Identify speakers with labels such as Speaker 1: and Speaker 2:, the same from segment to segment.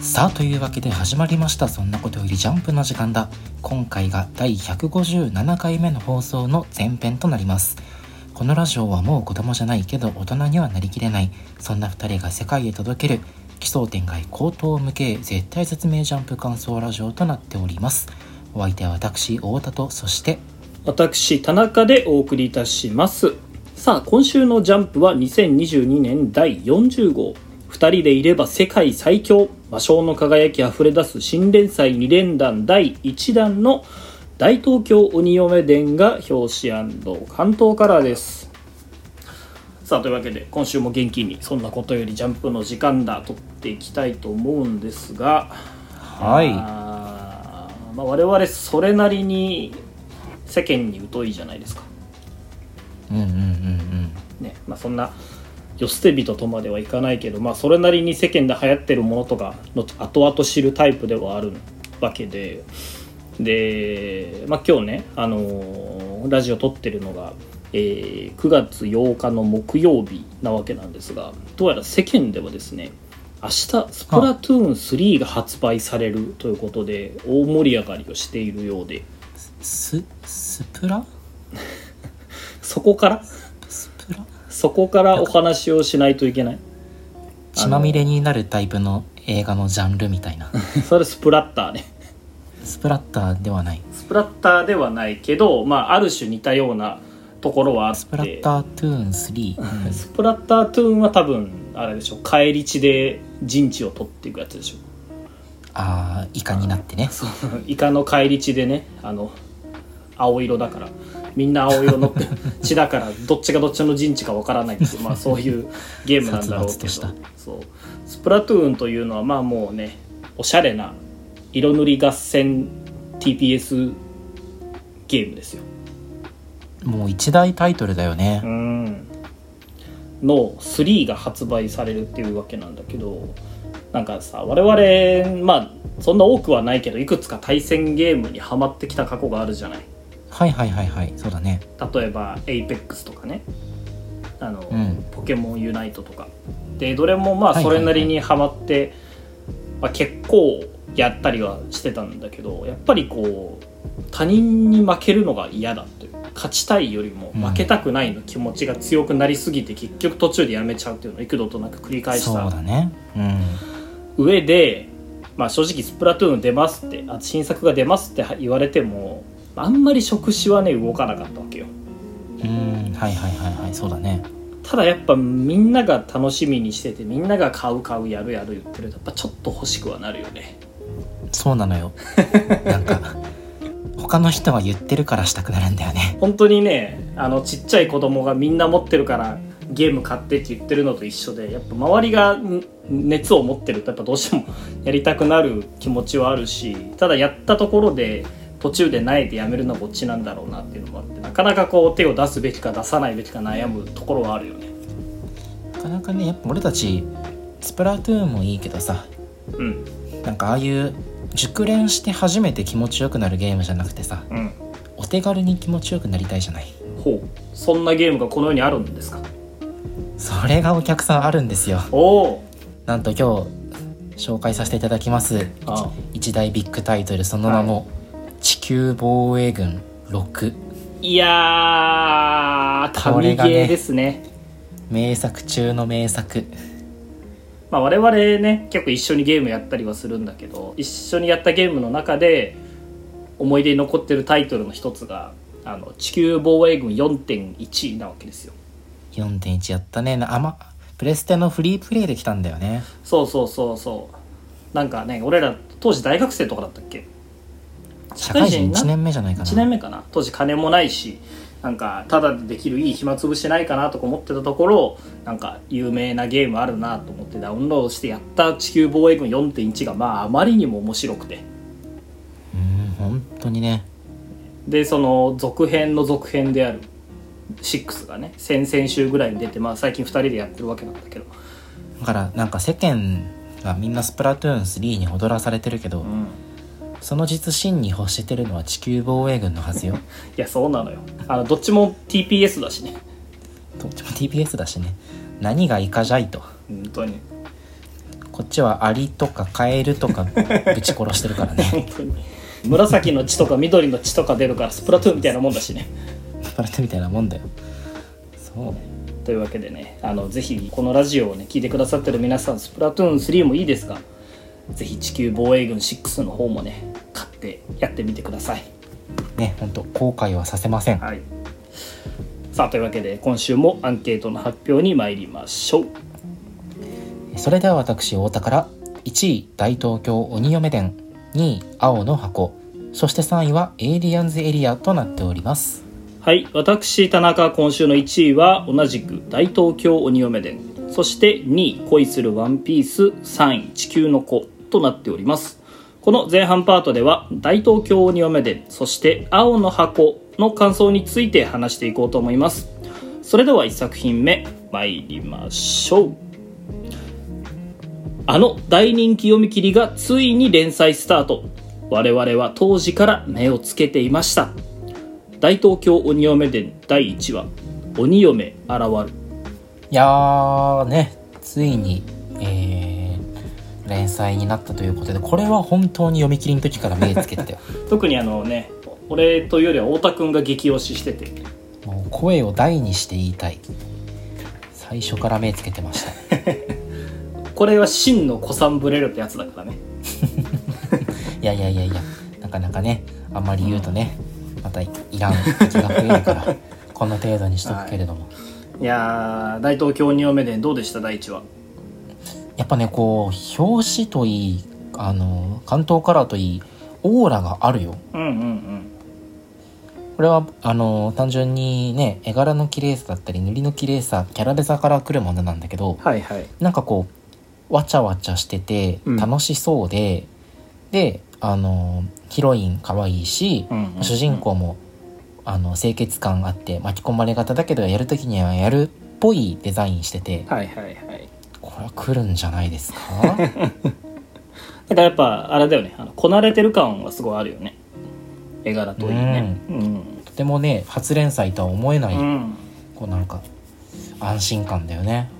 Speaker 1: さあというわけで始まりました「そんなことよりジャンプ」の時間だ今回が第157回目の放送の前編となりますこのラジオはもう子供じゃないけど大人にはなりきれないそんな2人が世界へ届ける奇想天外高等無形絶対説明ジャンプ感想ラジオとなっておりますお相手は私太田とそして
Speaker 2: 私田中でお送りいたしますさあ今週の「ジャンプ」は2022年第40号2人でいれば世界最強魔性の輝きあふれ出す新連載2連弾第1弾の「大東京鬼嫁伝」が表紙関東カラーですさあというわけで今週も元気に「そんなことよりジャンプ」の時間だ撮っていきたいと思うんですが
Speaker 1: はい
Speaker 2: あーまあ、我々それなりに世間に疎いじゃないですか、
Speaker 1: うんうんうんうん
Speaker 2: ねまあ、そんな世捨て人とまではいかないけど、まあ、それなりに世間で流行ってるものとかの後々知るタイプではあるわけでで、まあ、今日ね、あのーラジオ撮ってるのが、えー9月8日の木曜日なわけなんですがどうやら世間ではですね明日スプラトゥーン3が発売されるということで大盛り上がりをしているようです
Speaker 1: スプラ
Speaker 2: そこから
Speaker 1: スプラ
Speaker 2: そこからお話をしないといけない
Speaker 1: 血まみれになるタイプの映画のジャンルみたいな
Speaker 2: それスプラッターね
Speaker 1: スプラッターではない
Speaker 2: スプラッターではないけど、まあ、ある種似たようなところはあって
Speaker 1: スプラッタートゥーン3、うん
Speaker 2: スプラッタートゥーンは多分あれでしょ返り血で陣地を取っていくやつでしょ
Speaker 1: ああイカになってね
Speaker 2: そうイカの返り血でねあの青色だからみんな青色の 血だからどっちがどっちの陣地かわからないっていう、まあ、そういうゲームなんだろうけど
Speaker 1: 殺伐と
Speaker 2: そうスプラトゥーンというのはまあもうねおしゃれな色塗り合戦 TPS ゲームですよ
Speaker 1: もう一大タイトルだよね
Speaker 2: う、んの3が発売されるっていうわけなんだけどなんかさ我々まあそんな多くはないけどいくつか対戦ゲームにはまってきた過去があるじゃない
Speaker 1: はいはいはいはいそうだね
Speaker 2: 例えば「APEX」とかねあの、
Speaker 1: うん
Speaker 2: ポケモンユナイト」とかでどれもまあ
Speaker 1: はい
Speaker 2: そ
Speaker 1: はいは
Speaker 2: れ
Speaker 1: い
Speaker 2: なりにはまって、まあ、結構やったりはしてたんだけどやっぱりこう他人に負けるのが嫌だという勝ちたいよりも
Speaker 1: うん
Speaker 2: 負けたくないの気持ちが強くなりすぎて結局途中でやめちゃうっていうのを幾度となく繰り返し
Speaker 1: そう
Speaker 2: た
Speaker 1: だねうん
Speaker 2: 上で、まあ、正直「スプラトゥーン出ますってあ新作が出ますって言われてもあんまり触手はね動かなかったわけよ。
Speaker 1: うんはいはいはいはいそうだね
Speaker 2: ただやっぱみんなが楽しみにしててみんなが買う買うやるやる言ってるとやっぱちょっと欲しくはなるよね
Speaker 1: そうなの よなんか他の人が言ってるからしたくなるんだよね
Speaker 2: 本当にねあのちっちゃい子供がみんな持ってるからゲーム買ってって言ってるのと一緒でやっぱ周りがん熱を持ってるとやっぱどうしてもやりたくなる気持ちはあるしただやったところで途中で苗でやめるのはこっちなんだろうなっていうのもあってなかなかこう手を出すべきか出さないべきか悩むところはあるよね
Speaker 1: なかなかねやっぱ俺たちスプラトゥーンもいいけどさ
Speaker 2: うん
Speaker 1: なんかああいう熟練して初めて気持ちよくなるゲームじゃなくてさ
Speaker 2: うん
Speaker 1: お手軽に気持ちよくなりたいじゃない
Speaker 2: ほうそんなゲームがこの世にあるんですか
Speaker 1: それがお客さんあるんですよ
Speaker 2: おお
Speaker 1: なんと今日紹介させていただきます
Speaker 2: ああ
Speaker 1: 一大ビッグタイトルその名も「地球防衛軍6
Speaker 2: いやー、
Speaker 1: これ
Speaker 2: 神ゲ
Speaker 1: がね
Speaker 2: ーですね。」
Speaker 1: 名作中の名作
Speaker 2: まあ我々ね、結構一緒にゲームやったりはするんだけど、一緒にやったゲームの中で、思い出に残ってるタイトルの一つが、あの、地球防衛軍4.1なわけですよ。
Speaker 1: 4.1やったねなあまプレステのフリープレイできたんだよね
Speaker 2: そうそうそうそう。なんかね、俺ら当時大学生とかだったっけ
Speaker 1: 社会人
Speaker 2: な
Speaker 1: 1年目じゃないか
Speaker 2: 1
Speaker 1: な
Speaker 2: 年目かな当時金もないしなんかただでできるいい暇つぶしないかなとか思ってたところなんか有名なゲームあるなと思ってダウンロードしてやった「地球防衛軍4.1」がまああまりにも面白くて
Speaker 1: うん本当にね
Speaker 2: でその続編の続編である6がね先々週ぐらいに出て、まあ、最近2人でやってるわけなんだけど、
Speaker 1: だからなんか世間がみんなスプラトゥーン3に踊らされてるけど、
Speaker 2: うん、
Speaker 1: その実真に欲してるのは地球防衛軍のはずよ
Speaker 2: いやそうなのよあのどっちも TPS だしね
Speaker 1: どっちも TBS だしね何がイカじゃいと
Speaker 2: 本当に
Speaker 1: こっちはアリとかカエルとかぶち殺してるからね
Speaker 2: 本当に紫の血とか緑の血とか出るからスプラトゥーンみたいなもんだしね
Speaker 1: スパルタみたいなもんだよそうね
Speaker 2: というわけでねあのぜひこのラジオをね聞いてくださってる皆さんスプラトゥーン3もいいですがぜひ地球防衛軍6の方もね買ってやってみてください
Speaker 1: ね本当後悔はさせません
Speaker 2: はいさあというわけで今週もアンケートの発表に参りましょう
Speaker 1: それでは私太田から1位大東京鬼嫁伝2位青の箱そして3位はエイリアンズエリアとなっております
Speaker 2: はい私田中今週の1位は同じく大東京鬼嫁伝そして2位恋するワンピース3位地球の子となっておりますこの前半パートでは大東京鬼嫁伝そして青の箱の感想について話していこうと思いますそれでは1作品目参りましょうあの大人気読み切りがついに連載スタート我々は当時から目をつけていました大東京鬼嫁伝第1話「鬼嫁現る
Speaker 1: いやーねついに、えー連載になったということでこれは本当に読み切りの時から目つけてたよ」
Speaker 2: 特にあのね俺というよりは太田君が激推ししてて
Speaker 1: もう声を大にして言いたい最初から目つけてました
Speaker 2: これは真の子さんぶれるってやつだからね
Speaker 1: いやいやいやいやなかなかねあんまり言うとね、またいらん気が増えるから この程度にしとくけれども、
Speaker 2: いやー大東京鬼嫁伝どうでした第1話
Speaker 1: やっぱねこう表紙といいあの関東カラーといいオーラがあるよ
Speaker 2: うんうんうん
Speaker 1: これはあの単純にね絵柄の綺麗さだったり塗りの綺麗さキャラデザから来るものなんだけど
Speaker 2: はいはい
Speaker 1: なんかこうわちゃわちゃしてて
Speaker 2: うん
Speaker 1: 楽しそうで、であのヒロイン可愛いし、
Speaker 2: うんうん
Speaker 1: 主人公もあの清潔感あって巻き込まれ型だけどやる時にはやるっぽいデザインしてて
Speaker 2: はいはいはい
Speaker 1: これは来るんじゃない ですか
Speaker 2: だからやっぱあれだよねあのこなれてる感はすごいあるよね絵柄といいね
Speaker 1: とてもね初連載とは思えな
Speaker 2: う
Speaker 1: い、
Speaker 2: ん、うん
Speaker 1: こうなんか安心感だよね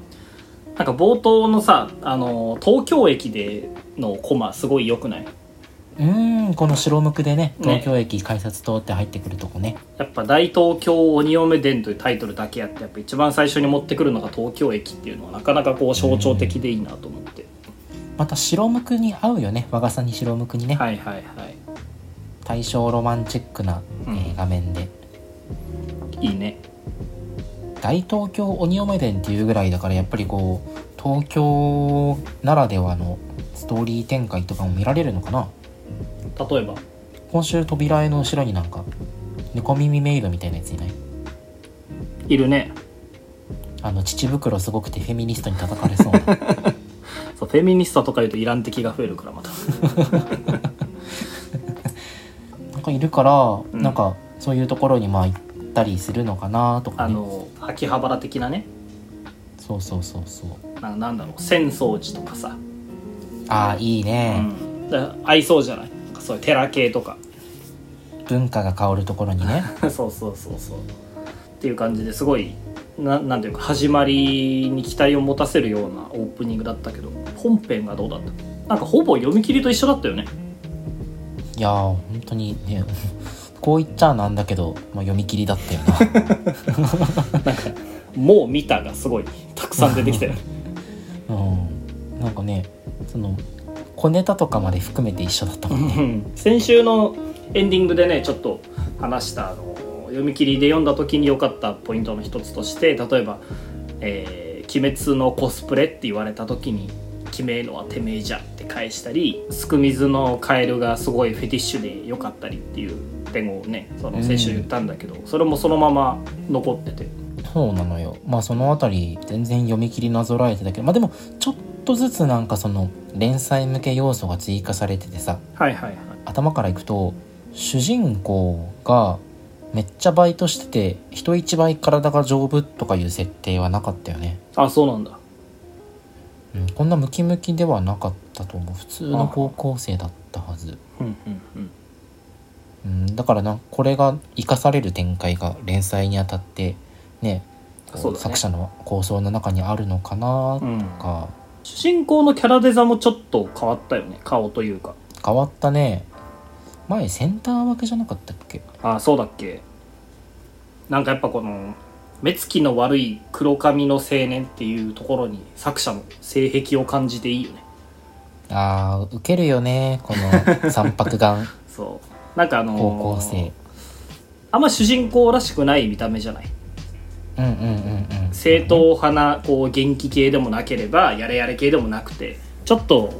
Speaker 2: なんか冒頭のさあの東京駅でのコマすごい良くないう
Speaker 1: ーんこの白無垢でね
Speaker 2: ね
Speaker 1: 東京駅改札通って入ってくるとこね
Speaker 2: やっぱ「大東京鬼嫁伝」というタイトルだけあってやっぱ一番最初に持ってくるのが東京駅っていうのはなかなかこう象徴的でいいなと思って、
Speaker 1: また白無垢に合うよね和傘に白無垢にね、
Speaker 2: はいはいはい
Speaker 1: 大正ロマンチックな、えー
Speaker 2: うん
Speaker 1: 画面で
Speaker 2: いいね
Speaker 1: 大東京鬼嫁伝っていうぐらいだからやっぱりこう東京ならではのストーリー展開とかも見られるのかな
Speaker 2: 例えば
Speaker 1: 今週扉絵の後ろになんか猫耳メイドみたいなやついない
Speaker 2: いるね
Speaker 1: あの乳袋すごくてフェミニストに叩かれ そうな
Speaker 2: そうフェミニストとか言うとイラン的が増えるからまた
Speaker 1: なんかいるから、
Speaker 2: うん
Speaker 1: なんかそういうところにまあ行ったりするのかなとか
Speaker 2: あ
Speaker 1: ね
Speaker 2: の秋葉原的なね
Speaker 1: そうそうそうそう
Speaker 2: ななんだろう浅草寺とかさ、
Speaker 1: ああいいうね、
Speaker 2: ん、だ合いそうじゃないなんかそういう寺系とか
Speaker 1: 文化が香るところにね
Speaker 2: そうそうそうそうっていう感じですごいななんていうか始まりに期待を持たせるようなオープニングだったけど本編がどうだったなんかほぼ読み切りと一緒だったよね
Speaker 1: いやー本当にね こう言っちゃなんだけど、まあ、読み切りだったよな
Speaker 2: もう見たがすごいたくさん出てきたよね
Speaker 1: うんなんかねその小ネタとかまで含めて一緒だったもんね
Speaker 2: うん先週のエンディングでねちょっと話したあの読み切りで読んだ時に良かったポイントの一つとして例えば、えー鬼滅のコスプレ」って言われた時に「決めえのはてめえじゃ」って返したり「すく水のカエルがすごいフェティッシュで良かったり」っていう点をねその先週言ったんだけど、それもそのまま残ってて
Speaker 1: そうなのよまあそのあたり全然読み切りなぞらえてたけどまあでもちょっとずつなんかその連載向け要素が追加されててさ
Speaker 2: はいはいはい
Speaker 1: 頭からいくと主人公がめっちゃバイトしてて人一倍体が丈夫とかいう設定はなかったよね
Speaker 2: あそうなんだ
Speaker 1: うん、こんなムキムキではなかったと思う普通の高校生だったはず、
Speaker 2: うんうんうん
Speaker 1: うん、だからなこれが生かされる展開が連載にあたってねこう
Speaker 2: そうだね
Speaker 1: 作者の構想の中にあるのかな
Speaker 2: うん
Speaker 1: とか、
Speaker 2: 主人公のキャラデザもちょっと変わったよね顔というか
Speaker 1: 変わったね前センター分けじゃなかったっけ
Speaker 2: ああそうだっけなんかやっぱこの目つきの悪い黒髪の青年っていうところに作者の性癖を感じていいよね
Speaker 1: あーウケるよねこの三白 眼
Speaker 2: そうなんかあのー
Speaker 1: 高校生
Speaker 2: あんま主人公らしくない見た目じゃない
Speaker 1: うんうんうんうん
Speaker 2: 正統派なこう元気系でもなければやれやれ系でもなくてちょっと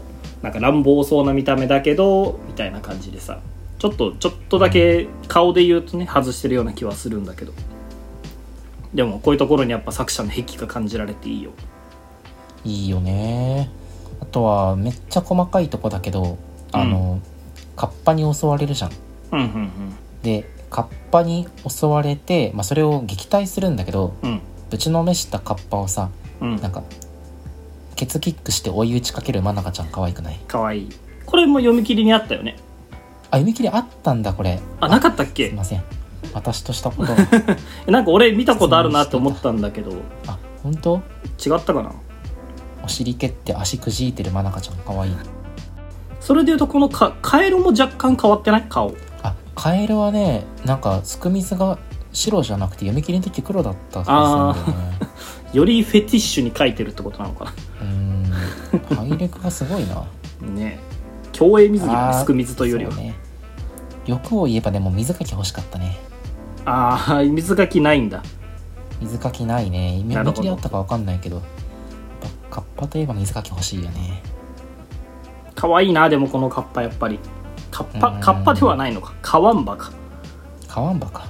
Speaker 2: なんか乱暴そうな見た目だけどみたいな感じでさちょっとちょっとだけ顔で言うとね外してるような気はするんだけどでもこういうところにやっぱ作者の癖が感じられていいよ
Speaker 1: いいよねあとはめっちゃ細かいとこだけどあの、カッパに襲われるじゃん
Speaker 2: うんうん
Speaker 1: でカッパに襲われて、まあ、それを撃退するんだけど
Speaker 2: うん
Speaker 1: ぶちのめしたカッパをさ
Speaker 2: うんうん
Speaker 1: なんかケツキックして追い打ちかけるマナカちゃん可愛くない
Speaker 2: かわいいこれも読み切りにあったよね
Speaker 1: あ読み切りあったんだこれ
Speaker 2: あなかったっ
Speaker 1: すい
Speaker 2: け
Speaker 1: ません私とした こと
Speaker 2: なんか俺見たことあるなって思ったんだけど違
Speaker 1: あ本当
Speaker 2: ったかな
Speaker 1: お尻蹴って足くじいてるマナカちゃん可愛い
Speaker 2: それでいうとこのかカエルも若干変わってない顔
Speaker 1: あカエルはねなんかすく水が白じゃなくて読み切りの時黒だった気がするんだよね
Speaker 2: よりフェティッシュに書いてるってことなのか
Speaker 1: うーん配列がすごいな
Speaker 2: なね競泳水着だ
Speaker 1: あ
Speaker 2: ね
Speaker 1: ー
Speaker 2: すく水というよりは、
Speaker 1: そうね欲を言えばでも水かき欲しかったね
Speaker 2: ああ水かきないんだ
Speaker 1: 水かきないね
Speaker 2: なるほ
Speaker 1: 読
Speaker 2: ど
Speaker 1: み切りあったかわかんないけどやっぱカッパといえば水かき欲しいよね
Speaker 2: 可愛いなでもこのカッパやっぱりカッ
Speaker 1: う
Speaker 2: パ
Speaker 1: ん
Speaker 2: カッパではないのかカワンバか
Speaker 1: カワンバか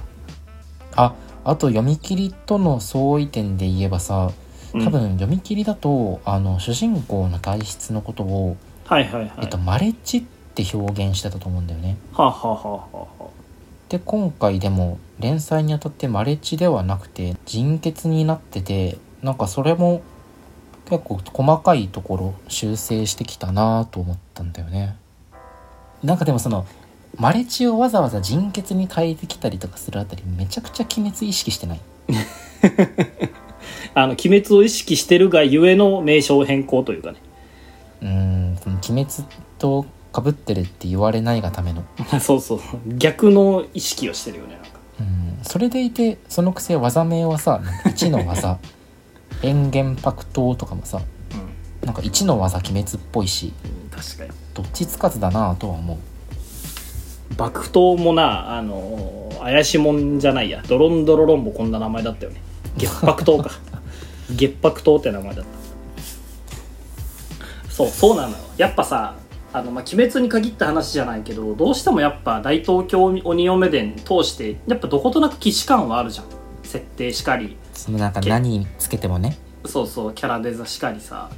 Speaker 1: ああと読み切りとの相違点で言えばさ
Speaker 2: うん
Speaker 1: 多分読み切りだと、あの主人公の体質のことを、
Speaker 2: はいはいはい、
Speaker 1: えっと、マレッジって表現してたと思うんだよね
Speaker 2: はあ、はあはあはあは
Speaker 1: で今回でも連載にあたってマレッジではなくて人血になっててなんかそれも結構細かいところ修正してきたなと思ったんだよねなんかでもそのマレッジをわざわざ人血に変えてきたりとかするあたりめちゃくちゃ鬼滅意識してない
Speaker 2: ああの鬼滅を意識してるがゆえの名称変更というかね
Speaker 1: うーんその鬼滅とかぶってるって言われないがための
Speaker 2: そうそう逆の意識をしてるよねなんか
Speaker 1: うんそれでいてそのくせ技名はさなんか1の技円元白刀とかもさなんか1の技鬼滅っぽいし
Speaker 2: うん、うん、確かに
Speaker 1: どっちつかずだなぁとは思う
Speaker 2: 爆刀もなあのー怪しもんじゃないやドロンドロロンもこんな名前だったよね月白刀 か月白刀って名前だったそうそうなのよやっぱさあの、まあ、鬼滅に限った話じゃないけどどうしてもやっぱ大東京鬼嫁伝通してやっぱどことなく既視感はあるじゃん設定しかり
Speaker 1: そのなんか何つけてもね
Speaker 2: そうそうキャラデザしかりさ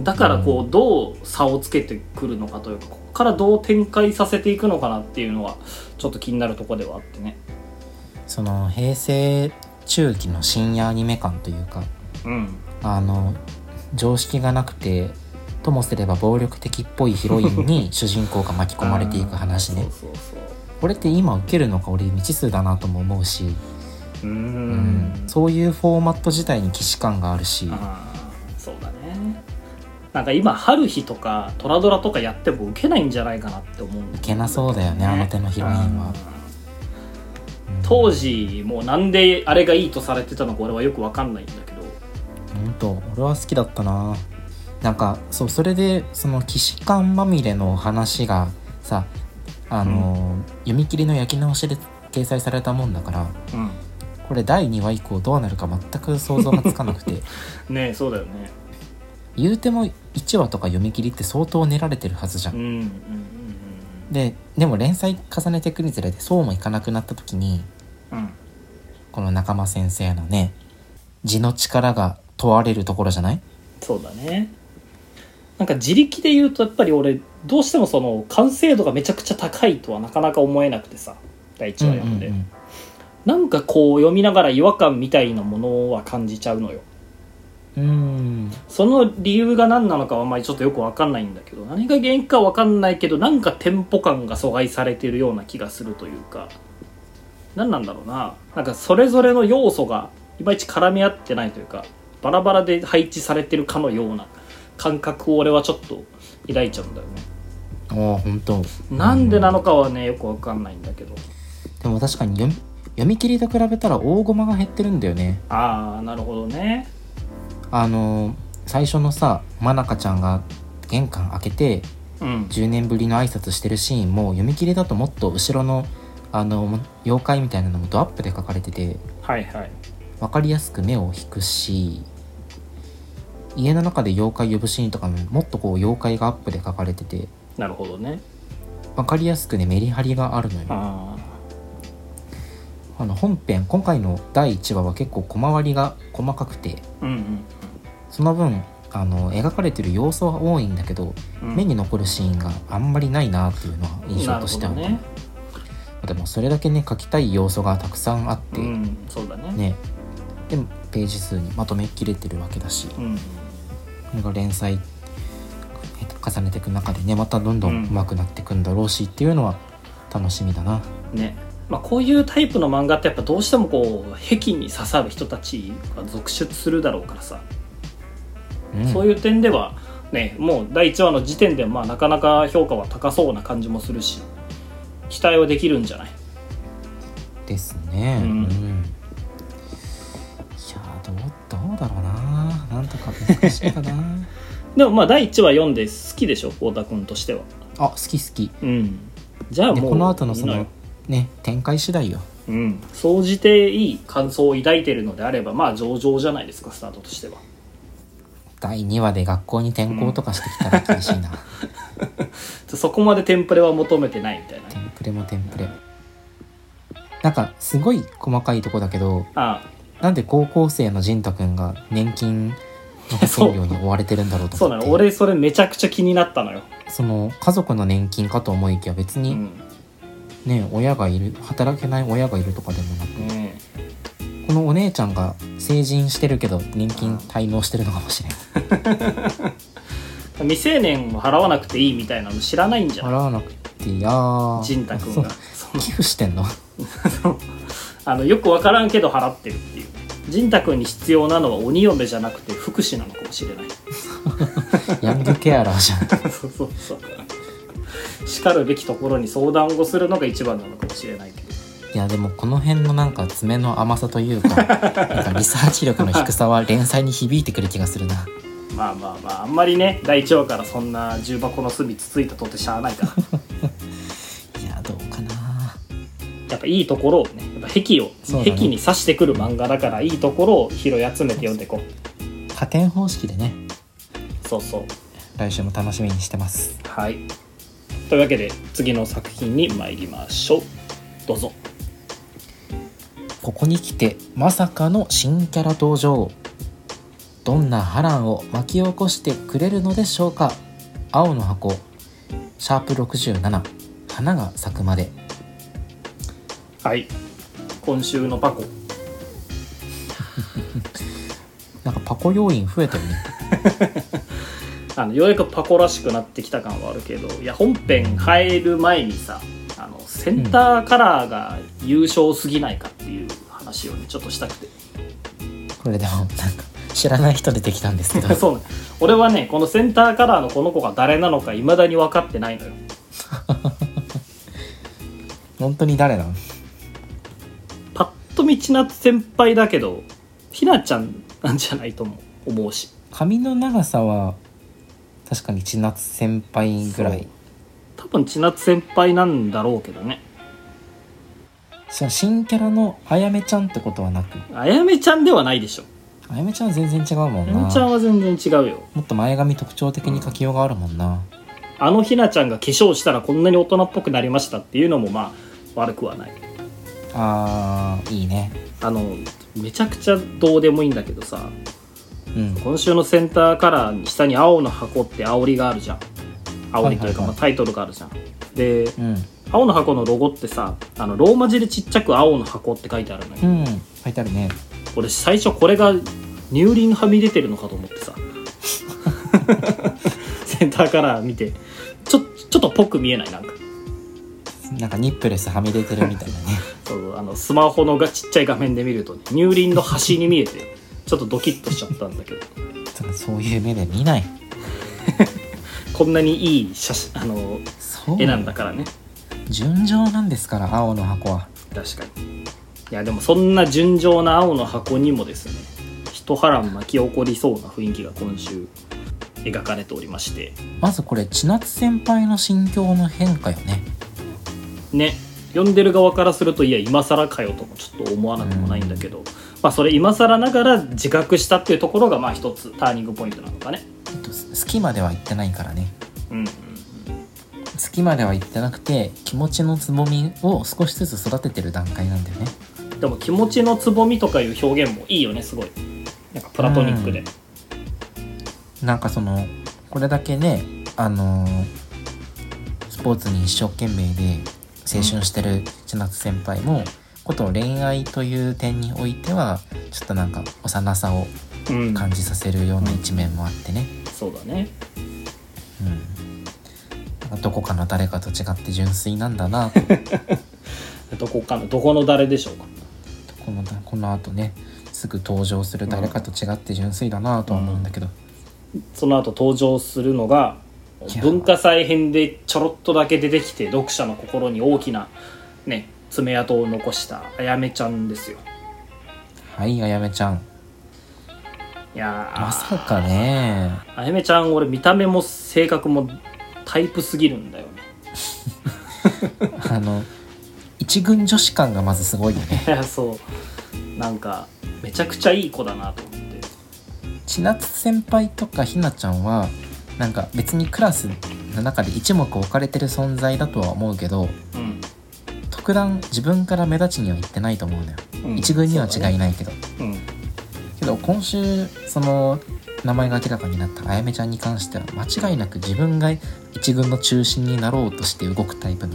Speaker 2: だからこう、どう差をつけてくるのかというかここからどう展開させていくのかなっていうのはちょっと気になるとこではあってね
Speaker 1: その平成中期の深夜アニメ感というか
Speaker 2: うん
Speaker 1: あの常識がなくてともすれば暴力的っぽいヒロインに主人公が巻き込まれていく話ね
Speaker 2: そうそうそ
Speaker 1: これって今受けるのか俺未知数だなとも思うし、
Speaker 2: うう
Speaker 1: う
Speaker 2: ー
Speaker 1: んそういうフォーマット自体に既視感があるし
Speaker 2: あーそうだねなんか今「春日」とか「トラドラ」とかやっても受けないんじゃないかなって思うんだ
Speaker 1: いけなそうだよねあの手のヒロインは、
Speaker 2: うん当時もうなんであれがいいとされてたのか俺はよくわかんないんだけど
Speaker 1: 本当俺は好きだったななんかそうそれでその既視感まみれの話がさあの、読み切りの焼き直しで掲載されたもんだから
Speaker 2: う
Speaker 1: これ第2話以降どうなるか全く想像がつかなくて
Speaker 2: んねえそうだよね
Speaker 1: 言うても1話とか読み切りって相当練られてるはずじゃ
Speaker 2: うん
Speaker 1: ん、
Speaker 2: うんうん
Speaker 1: ででも連載重ねていくにつれてそうもいかなくなった時に
Speaker 2: うんうん
Speaker 1: この仲間先生のね字の力が問われるところじゃない
Speaker 2: そうだねなんか自力で言うとやっぱり俺どうしてもその完成度がめちゃくちゃ高いとはなかなか思えなくてさ第1話読んで、
Speaker 1: うんうんうん
Speaker 2: なんかこう読みながら違和感みたいなものは感じちゃうのよ
Speaker 1: うん
Speaker 2: その理由が何なのかはあんまりちょっとよくわかんないんだけど何が原因かわかんないけどなんかテンポ感が阻害されてるような気がするというか何なんだろうななんかそれぞれの要素がいまいち絡み合ってないというかバラバラで配置されてるかのような感覚を俺はちょっと抱いちゃうんだよね
Speaker 1: ああ本当
Speaker 2: なんでなのかはねよくわかんないんだけど
Speaker 1: でも確かに読み読み切りと比べたら大駒が減ってるんだよね
Speaker 2: ああなるほどね
Speaker 1: あのー最初のさまなかちゃんが玄関開けて
Speaker 2: うん
Speaker 1: 10年ぶりの挨拶してるシーンも読み切りだともっと後ろのあの妖怪みたいなのもドアップで書かれてて
Speaker 2: はいはい
Speaker 1: 分かりやすく目を引くし家の中で妖怪呼ぶシーンとかももっとこう妖怪がアップで書かれてて
Speaker 2: なるほどね
Speaker 1: 分かりやすくねメリハリがあるのよ
Speaker 2: あ
Speaker 1: あの本編今回の第1話は結構小回りが細かくて
Speaker 2: あうん
Speaker 1: その分あの描かれてる要素は多いんだけど、
Speaker 2: うんうん
Speaker 1: 目に残るシーンがあんまりないなっていうのは印象としては
Speaker 2: なるほどね
Speaker 1: でもそれだけね書きたい要素がたくさんあって、
Speaker 2: うんそうだね
Speaker 1: ねでページ数にまとめきれてるわけだし
Speaker 2: うん
Speaker 1: これが連載えっと重ねていく中でねまたどんどん上手くなっていくんだろうしっていうのは楽しみだな、
Speaker 2: ねまあ、こういうタイプの漫画ってやっぱどうしてもこう癖に刺さる人たちが続出するだろうからさ、
Speaker 1: うん
Speaker 2: そういう点ではねもう第1話の時点でまあなかなか評価は高そうな感じもするし期待はできるんじゃない
Speaker 1: ですね
Speaker 2: う
Speaker 1: うんん、いやーどうどうだろうななんとか難しいかな
Speaker 2: でもまあ第1話読んで好きでしょ太田君としては
Speaker 1: あ好き好き
Speaker 2: うんじゃあ
Speaker 1: で
Speaker 2: もう
Speaker 1: この後のそ
Speaker 2: 見な
Speaker 1: の
Speaker 2: よ
Speaker 1: ね展開次第よ
Speaker 2: うん総じていい感想を抱いてるのであればまあ上々じゃないですかスタートとしては
Speaker 1: 第2話で学校に転校とかしてきたら厳しい な、
Speaker 2: そこまでテンプレは求めてないみたいな
Speaker 1: テンプレもテンプレなんかすごい細かいとこだけど
Speaker 2: あ
Speaker 1: なんで高校生の仁太くんが年金の保険料に追われてるんだろう
Speaker 2: あ
Speaker 1: と
Speaker 2: そう
Speaker 1: 思
Speaker 2: な
Speaker 1: って
Speaker 2: の俺それめちゃくちゃ気になったのよ、
Speaker 1: その家族の年金かと思いきや別
Speaker 2: う
Speaker 1: に
Speaker 2: ん、
Speaker 1: ね、親がいる働けない親がいるとかでもなく
Speaker 2: ね
Speaker 1: このお姉ちゃんが成人してるけど年金滞納してるのかもしれない
Speaker 2: え未成年を払わなくていいみたいなの知らないんじゃ
Speaker 1: 払
Speaker 2: ない
Speaker 1: わなくていいやー
Speaker 2: 仁太君
Speaker 1: そ
Speaker 2: が
Speaker 1: う
Speaker 2: その
Speaker 1: 寄付してんの
Speaker 2: あのよく分からんけど払ってるっていう仁太君に必要なのは鬼嫁じゃなくて福祉なのかもしれない
Speaker 1: ヤングケアラーじゃん
Speaker 2: そうそうそうしかるべきところに相談をするのが一番なのかもしれないけど
Speaker 1: いやでもこの辺のなんか爪の甘さという かなんかリサーチ力の低さは連載に響いてくる気がするな
Speaker 2: まあまあまああんまりね第一話からそんな重箱の隅つついたとってしゃあないから
Speaker 1: いやどうかな
Speaker 2: やっぱいいところをねやっぱ壁を、
Speaker 1: そうだね
Speaker 2: 壁に刺してくる漫画だからいいところを拾い集めて読んでいこ
Speaker 1: 加点方式でね
Speaker 2: うそうそう
Speaker 1: 来週も楽しみにしてます
Speaker 2: はい。というわけで次の作品に参りましょう。どうぞ。
Speaker 1: ここに来てまさかの新キャラ登場どんな波乱を巻き起こしてくれるのでしょうか青の箱シャープ67花が咲くまで
Speaker 2: はい。今週のパコ。
Speaker 1: なんかパコ要員増えたよね
Speaker 2: あのようやくパコらしくなってきた感はあるけど、いや本編入る前にさ、あのセンターカラーが優勝すぎないかっていう話をねちょっとしたくて。
Speaker 1: これでもなんか知らない人出てきたんですけど
Speaker 2: そうね。俺はねこのセンターカラーのこの子が誰なのか未だに分かってないのよ。
Speaker 1: 本当に誰なの
Speaker 2: パッと道な先輩だけど、ひなちゃんなんじゃないとも思うし。
Speaker 1: 髪の長さは確かに千夏先輩ぐら
Speaker 2: そう
Speaker 1: い
Speaker 2: 多分千夏先輩なんだろうけどね
Speaker 1: そう新キャラのあやめちゃんってことはなく
Speaker 2: あやめちゃんではないでしょ
Speaker 1: あやめちゃんは全然違うも
Speaker 2: あ
Speaker 1: ん
Speaker 2: や
Speaker 1: な
Speaker 2: めちゃんは全然違うよ
Speaker 1: もっと前髪特徴的に書きようがあるもんな、
Speaker 2: あのひなちゃんが化粧したらこんなに大人っぽくなりましたっていうのもまあ悪くはない
Speaker 1: あーいいね
Speaker 2: あのめちゃくちゃどうでもいいんだけどさ
Speaker 1: うん
Speaker 2: 今週のセンターカラーに下に青の箱って煽りがあるじゃん煽りと
Speaker 1: はいは
Speaker 2: いうか
Speaker 1: いはい
Speaker 2: まあタイトルがあるじゃんで
Speaker 1: うん
Speaker 2: 青の箱のロゴってさあのローマ字でちっちゃく青の箱って書いてあるのよ
Speaker 1: うん書いてあるね
Speaker 2: 俺最初これが乳輪はみ出てるのかと思ってさセンターカラー見てちょちょっとぽく見えないなんか
Speaker 1: なんかニップレスはみ出てるみた いなね
Speaker 2: そうあのスマホのがちっちゃい画面で見ると、ね、乳輪の端に見えてちょっとドキッとしちゃったんだけど
Speaker 1: 人のそういう目で見ない
Speaker 2: こんなにいい写真あの
Speaker 1: そう
Speaker 2: 絵なんだからね
Speaker 1: 純情なんですから青の箱は
Speaker 2: 確かにいやでもそんな純情な青の箱にもですね一波乱巻き起こりそうな雰囲気が今週描かれておりまして
Speaker 1: まずこれ千夏先輩の心境の変化よね
Speaker 2: ね読んでる側からするといや今更かよともちょっと思わなくもないんだけど、まあそれ今更ながら自覚したっていうところがまあ一つターニングポイントなのかね
Speaker 1: えっと好きまでは言ってないからね
Speaker 2: うんうん
Speaker 1: 好きまでは言ってなくて気持ちのつぼみを少しずつ育ててる段階なんだよね
Speaker 2: うんでも気持ちのつぼみとかいう表現もいいよねすごいなんかプラトニックで、
Speaker 1: なんかそのこれだけねあのースポーツに一生懸命で青春してる千夏先輩もこと恋愛という点においてはちょっとなんか幼さを
Speaker 2: うん
Speaker 1: 感じさせるような一面もあってね、
Speaker 2: そうだね
Speaker 1: うん、どこかの誰かと違って純粋なんだなと
Speaker 2: どこかのどこの誰でしょうか
Speaker 1: このこの後ねすぐ登場する誰かと違って純粋だなとは思うんだけど、
Speaker 2: その後登場するのが
Speaker 1: いや
Speaker 2: 文化祭編でちょろっとだけ出てきて読者の心に大きなね爪痕を残したあやめちゃんですよ
Speaker 1: はいあやめちゃん
Speaker 2: いやー
Speaker 1: まさかね
Speaker 2: あやめちゃん俺見た目も性格もタイプすぎるんだよね
Speaker 1: あの一軍女子感がまずすごいよね
Speaker 2: いやそうなんかめちゃくちゃいい子だなと思って
Speaker 1: 千夏先輩とかひなちゃんはなんか別にクラスの中で一目置かれてる存在だとは思うけど
Speaker 2: うん、
Speaker 1: 特段自分から目立ちには行ってないと思うのよ、
Speaker 2: うん
Speaker 1: 一軍には
Speaker 2: そうだ
Speaker 1: 違
Speaker 2: ね
Speaker 1: いないけど、
Speaker 2: うん
Speaker 1: けど今週その名前が明らかになったあやめちゃんに関しては間違いなく自分が一軍の中心になろうとして動くタイプの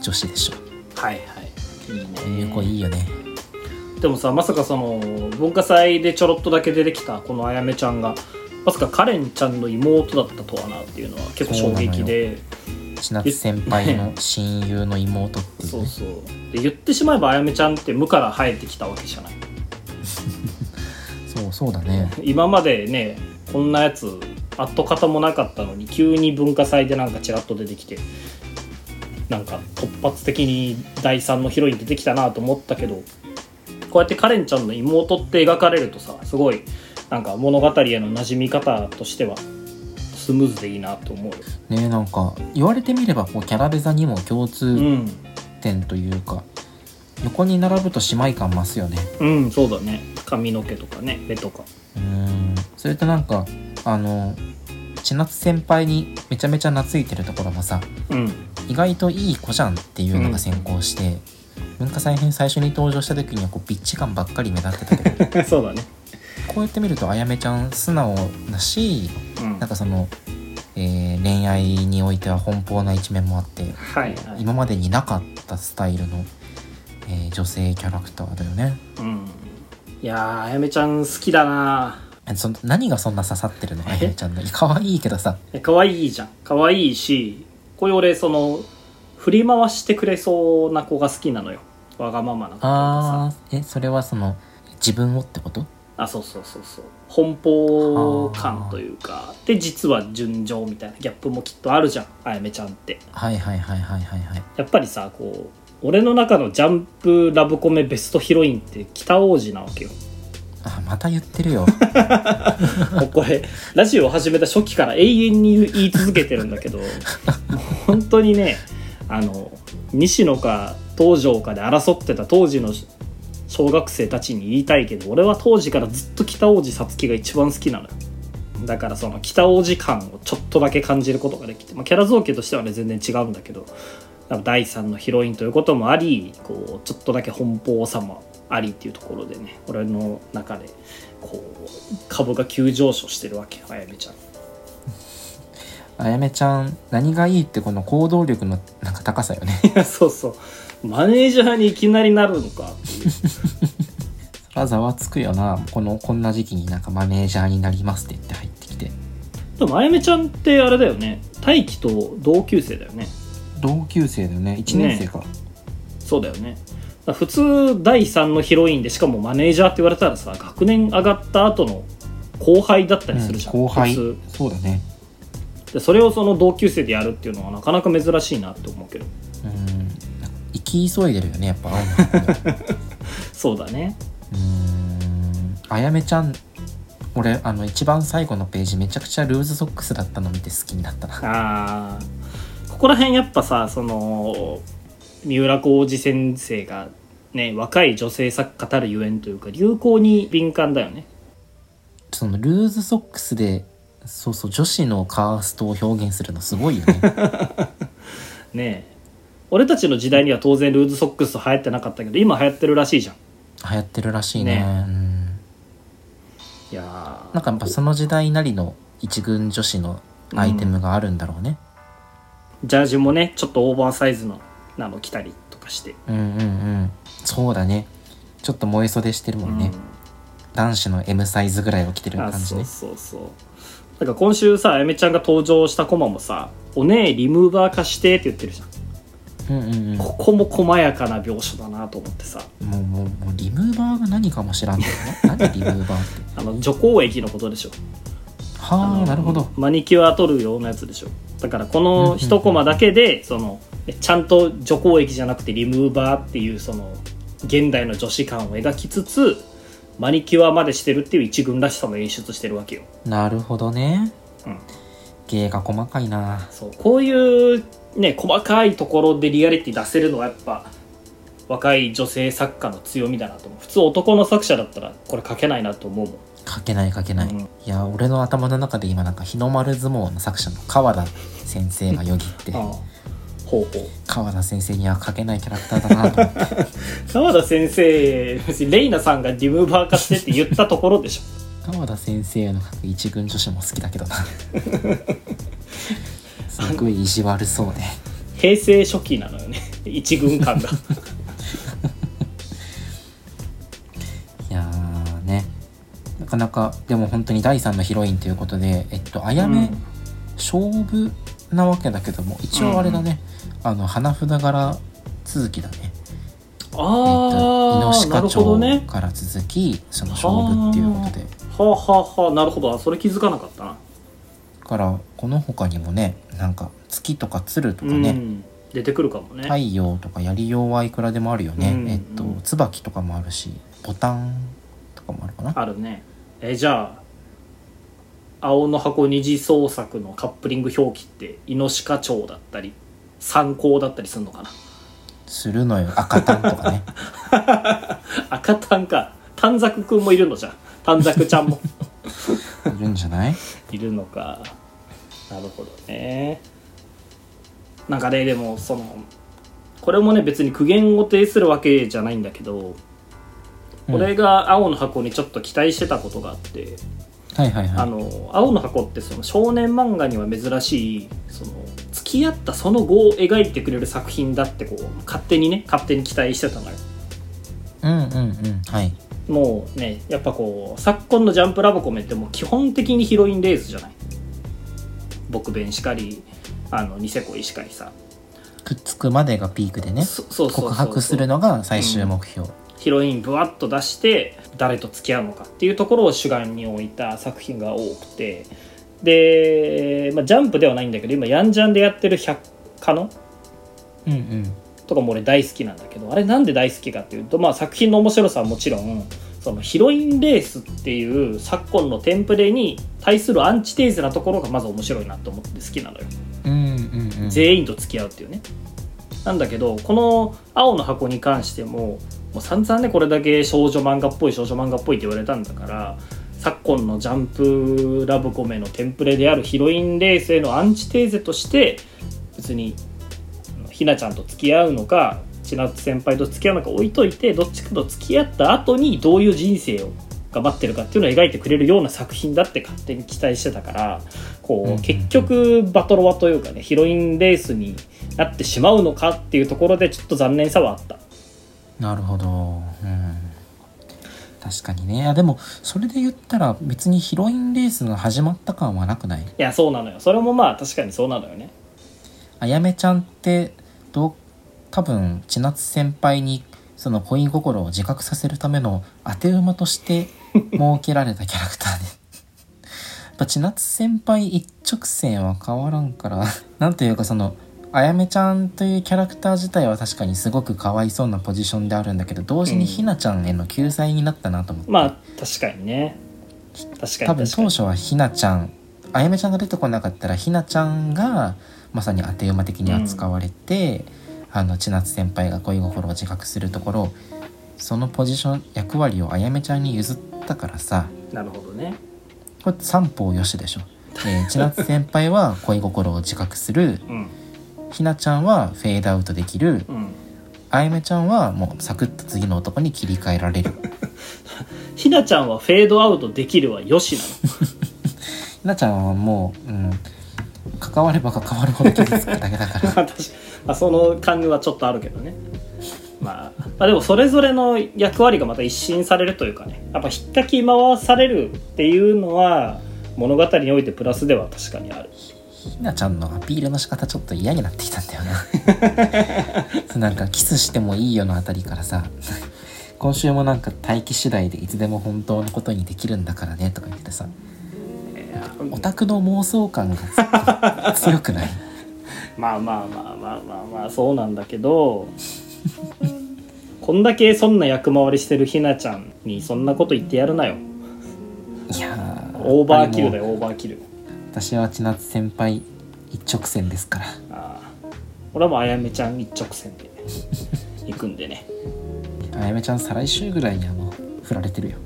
Speaker 1: 女子でしょ
Speaker 2: はいはいいいね
Speaker 1: こういう子いいよね
Speaker 2: でもさまさかその文化祭でちょろっとだけ出てきたこのあやめちゃんがまさかカレンちゃんの妹だったとはなっていうのは結構衝撃で
Speaker 1: 千夏先輩の親友の妹っていう
Speaker 2: そう,、
Speaker 1: ね
Speaker 2: そうで言ってしまえばあやめちゃんって無から生えてきたわけじゃない
Speaker 1: そうそうだね
Speaker 2: 今までねこんなやつ跡形もなかったのに急に文化祭でなんかちらっと出てきてなんか突発的に第3のヒロイン出てきたなと思ったけどこうやってカレンちゃんの妹って描かれるとさすごいなんか物語への馴染み方としてはスムーズでいいなと思うよ。
Speaker 1: ねなんか言われてみればこうキャラベザにも共
Speaker 2: う
Speaker 1: 通
Speaker 2: ん、
Speaker 1: 点というか、横に並ぶと姉妹感増すよね
Speaker 2: うん、そうだね髪の毛とかね目とか。
Speaker 1: うんそれとなんかあの千夏先輩にめちゃめちゃ懐いてるところもさ
Speaker 2: うん、
Speaker 1: 意外といい子じゃんっていうのが先行して、文化祭編最初に登場した時にはこうビッチ感ばっかり目立ってたけど
Speaker 2: そうだね。
Speaker 1: こうやって見るとあやめちゃん素直だし
Speaker 2: うん、
Speaker 1: なん
Speaker 2: は
Speaker 1: かその、えー恋愛においては奔放な一面もあって
Speaker 2: いはい。
Speaker 1: 今までになかったスタイルの、えー女性キャラクターだよね
Speaker 2: うん、いやーあやめちゃん好きだな
Speaker 1: えその何がそんな刺さってるのあやめちゃんの可愛いけどさ
Speaker 2: え可愛いじゃん可愛いしこれ俺その振り回してくれそうな子が好きなのよわがままな子とかさ
Speaker 1: あーえそれはその自分をってこと
Speaker 2: あそうそうそうそう奔放感というかで実は純情みたいなギャップもきっとあるじゃんあやめちゃんって
Speaker 1: はいはいはいはいはいはい
Speaker 2: やっぱりさこう俺の中のジャンプラブコメベストヒロインって北王子なわけよ
Speaker 1: あまた言ってるよ
Speaker 2: もうこれラジオを始めた初期から永遠に言い続けてるんだけどもう本当にねあの西野か東条かで争ってた当時の小学生たちに言いたいけど俺は当時からずっと北王子さつきが一番好きなのよだからその北王子感をちょっとだけ感じることができて、まあ、キャラ造形としてはね全然違うんだけどなんか第三のヒロインということもありこうちょっとだけ奔放さもありっていうところでね俺の中でこう株が急上昇してるわけあやめちゃん
Speaker 1: あやめちゃん何がいいってこの行動力のなんか高さよ ね
Speaker 2: いやそうそうマネージャーにいきなりなるのかっていう
Speaker 1: そらざわつくよなこのこんな時期になんかマネージャーになりますって言って入ってきて
Speaker 2: でもあやめちゃんってあれだよね大輝と同級生だよね
Speaker 1: 同級生だよね1年生か、
Speaker 2: そうだよねだから普通第3のヒロインでしかもマネージャーって言われたらさ学年上がった後の後輩だった
Speaker 1: うん
Speaker 2: りするじゃん、
Speaker 1: 後輩
Speaker 2: 普通
Speaker 1: そうだね
Speaker 2: でそれをその同級生でやるっていうのはなかなか珍しいなって思うけど
Speaker 1: うんなんか生き急いでるよねやっぱ青野君は
Speaker 2: そうだね
Speaker 1: うんあやめちゃん俺あの一番最後のページめちゃくちゃルーズソックスだったの見て好きになったな
Speaker 2: あーここら辺やっぱさその三浦浩二先生がね若い女性作家たるゆえんというか流行に敏感だよね
Speaker 1: そのルーズソックスでそうそう女子のカーストを表現するのすごいよ ね
Speaker 2: ねえ俺たちの時代には当然ルーズソックス流行ってなかったけど今流行ってるらしいじゃん
Speaker 1: 流行ってるらしいね
Speaker 2: ね
Speaker 1: うん
Speaker 2: いや
Speaker 1: なんかやっぱその時代なりの一軍女子のアイテムがあるんだろうね、
Speaker 2: ジャージもねちょっとオーバーサイズのなの着たりとかして、
Speaker 1: うん、うんうんそうだねちょっと萌え袖してるもんね、男子の M サイズぐらいを着てる
Speaker 2: あ
Speaker 1: 感じ
Speaker 2: そ
Speaker 1: ね
Speaker 2: うそうそうなんか今週さあやめちゃんが登場したコマもさ「おねえリムーバー化して」って言ってるじゃん
Speaker 1: うんうんうんも
Speaker 2: ここも細やかな描写だなと思ってさ
Speaker 1: うもうもうリムーバーが何かも知らんけどね何リムーバー って
Speaker 2: あの除光液のことでしょ
Speaker 1: は
Speaker 2: の
Speaker 1: あなるほど
Speaker 2: マニキュア取るようなやつでしょだからこの一コマだけでそのちゃんと除光液じゃなくてリムーバーっていうその現代の女子感を描きつつマニキュアまでしてるっていう一軍らしさも演出してるわけよ
Speaker 1: なるほどね、
Speaker 2: うん
Speaker 1: 芸が細かいな
Speaker 2: そうこういうね細かいところでリアリティ出せるのはやっぱ若い女性作家の強みだなと思う普通男の作者だったらこれ書けないなと思うもん
Speaker 1: 書けない書けない、
Speaker 2: うん
Speaker 1: いや俺の頭の中で今なんか日の丸相撲の作者の川田先生がよぎって
Speaker 2: ああほうほう
Speaker 1: 川田先生には書けないキャラクターだなと思って
Speaker 2: 川田先生別にレイナさんがリムーバー化してって言ったところでしょ
Speaker 1: 川田先生の書く一軍女子も好きだけど なすごい意地悪そうで
Speaker 2: 平成初期なのよね 一軍感が
Speaker 1: いやーねなかなかでも本当に第3のヒロインということでえっとあやめ、
Speaker 2: うん
Speaker 1: 勝負なわけだけども一応あれだね、あの花札柄続きだねえっと、
Speaker 2: ああ、
Speaker 1: 猪
Speaker 2: な
Speaker 1: 鹿
Speaker 2: るほ
Speaker 1: 町
Speaker 2: どね
Speaker 1: から続き、その勝負っていうことで
Speaker 2: はあはあはあなるほどあそれ気づかなかったな、
Speaker 1: だからこの他にもねなんか月とか鶴とか
Speaker 2: う
Speaker 1: ね、
Speaker 2: ん出てくるかもね、
Speaker 1: 太陽とかやりようはいくらでもあるよね、
Speaker 2: うん
Speaker 1: えっと椿とかもあるしボタンとかもあるかな
Speaker 2: あるねえじゃあ青の箱二次創作のカップリング表記って猪鹿町だったり参考だったりするのかな
Speaker 1: するのよ赤タンと かね
Speaker 2: 赤短か短冊くんもいるのじゃん短冊ちゃんも
Speaker 1: いるんじゃない
Speaker 2: いるのかなるほどねなんかねでもそのこれもね別に苦言を呈するわけじゃないんだけど
Speaker 1: うん
Speaker 2: 俺が青の箱にちょっと期待してたことがあって、
Speaker 1: はいはい
Speaker 2: あ
Speaker 1: はい
Speaker 2: の青の箱ってその少年漫画には珍しいその付き合ったその後を描いてくれる作品だってこう勝手にね勝手に期待してたのよ
Speaker 1: うんうんうんはい
Speaker 2: もうねやっぱこう昨今の「ジャンプラブコメ」ってもう基本的にヒロインレースじゃない僕弁しかりあのニセ恋しかりさ、
Speaker 1: くっつくまでがピークでね
Speaker 2: そそうそうそうそう
Speaker 1: 告白するのが最終目標、
Speaker 2: ヒロインぶわっと出して誰と付き合うのかっていうところを主眼に置いた作品が多くてで、まあ、ジャンプではないんだけど今ヤンジャンでやってる百科の
Speaker 1: うん、うん
Speaker 2: とかも俺大好きなんだけどあれなんで大好きかっていうと、まあ、作品の面白さはもちろんそのヒロインレースっていう昨今のテンプレに対するアンチテーゼなところがまず面白いなと思って好きなのよ、
Speaker 1: うんうんうん
Speaker 2: 全員と付き合うっていうねなんだけどこの「青の箱」に関してももう散々ねこれだけ少女漫画っぽい少女漫画っぽいって言われたんだから昨今のジャンプラブコメのテンプレであるヒロインレースへのアンチテーゼとして別にひなちゃんと付き合うのか千夏先輩と付き合うのか置いといてどっちかと付き合った後にどういう人生をが待ってるかっていうのを描いてくれるような作品だって勝手に期待してたから
Speaker 1: うん
Speaker 2: こ
Speaker 1: うん
Speaker 2: う結局バトロワというかねヒロインレースになってしまうのかっていうところでちょっと残念さはあった。
Speaker 1: なるほど、うん、確かにねいやでもそれで言ったら別にヒロインレースが始まった感はなくない
Speaker 2: いやそうなのよそれもまあ確かにそうなのよね
Speaker 1: あやめちゃんってどう多分千夏先輩にその 恋心を自覚させるための当て馬として設けられたキャラクターでぱ千夏先輩一直線は変わらんからなんというかそのあやめちゃんというキャラクター自体は確かにすごくかわいそうなポジションであるんだけど同時
Speaker 2: う
Speaker 1: に
Speaker 2: ん
Speaker 1: ひなちゃんへの救済になったなと思って、
Speaker 2: まあ確かにね確
Speaker 1: 多
Speaker 2: かに
Speaker 1: 分
Speaker 2: 確か
Speaker 1: 当
Speaker 2: に
Speaker 1: 初はひなちゃんあやめちゃんが出てこなかったらひなちゃんがまさに当て馬的に扱われて、あの千夏先輩が恋心を自覚するところそのポジション役割をあやめちゃんに譲ったからさ
Speaker 2: なるほどね
Speaker 1: これ三方よしでしょ、え ー千夏先輩は恋心を自覚する
Speaker 2: うん
Speaker 1: ひなちゃんはフェードアウトできる
Speaker 2: うん
Speaker 1: あやめちゃんはもうサクッと次の男に切り替えられる
Speaker 2: ひなちゃんはフェードアウトできるはよしなの
Speaker 1: ひなちゃんはもう、うん、関われば関わるほど傷つくだけだから
Speaker 2: まあ確かまあその感じはちょっとあるけどねまあ、まあでもそれぞれの役割がまた一新されるというかねやっぱ引っかき回されるっていうのは物語においてプラスでは確かにある
Speaker 1: ひなちゃんのアピールの仕方ちょっと嫌になってきたんだよな そうなんかキスしてもいいよのあたりからさ今週もなんか待機次第でいつでも本当のことにできるんだからねとか言ってさオタクの妄想感が強く ない
Speaker 2: まあまあまあまあまあまあそうなんだけど こんだけそんな役回りしてるひなちゃんにそんなこと言ってやるなよ
Speaker 1: いやー
Speaker 2: オーバーキルだ
Speaker 1: よ
Speaker 2: よオーバーキル
Speaker 1: 私は千夏先輩一直線ですから
Speaker 2: ああ俺はもうあやめちゃん一直線で行くんでね
Speaker 1: あやめちゃん再来週ぐらいにはもう振られてるよ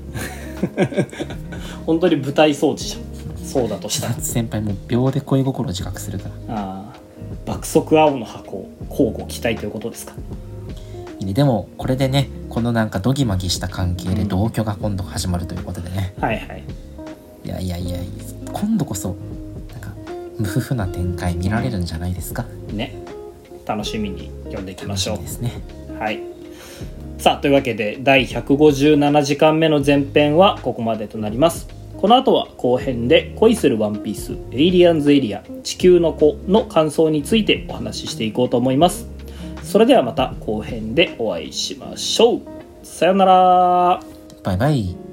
Speaker 2: 本当に舞台装置じゃんそうだと
Speaker 1: 千
Speaker 2: した ら
Speaker 1: 夏先輩も秒で恋心を自覚するから
Speaker 2: ああ爆速青の箱を交互期待ということですか
Speaker 1: でもこれでねこのなんかドギマギした関係で同居が今度始まるということでね、
Speaker 2: はいはい
Speaker 1: いやいやいや今度こそなんか無夫婦な展開見られるんじゃないですか、
Speaker 2: ね楽しみに読んでいきましょ
Speaker 1: そううですね
Speaker 2: はい。さあ、というわけで、第157時間目の前編はここまでとなります。この後は後編で恋するワンピース、エイリアンズエリア、地球の子の感想についてお話ししていこうと思います。それではまた後編でお会いしましょう。さよなら。
Speaker 1: バイバイ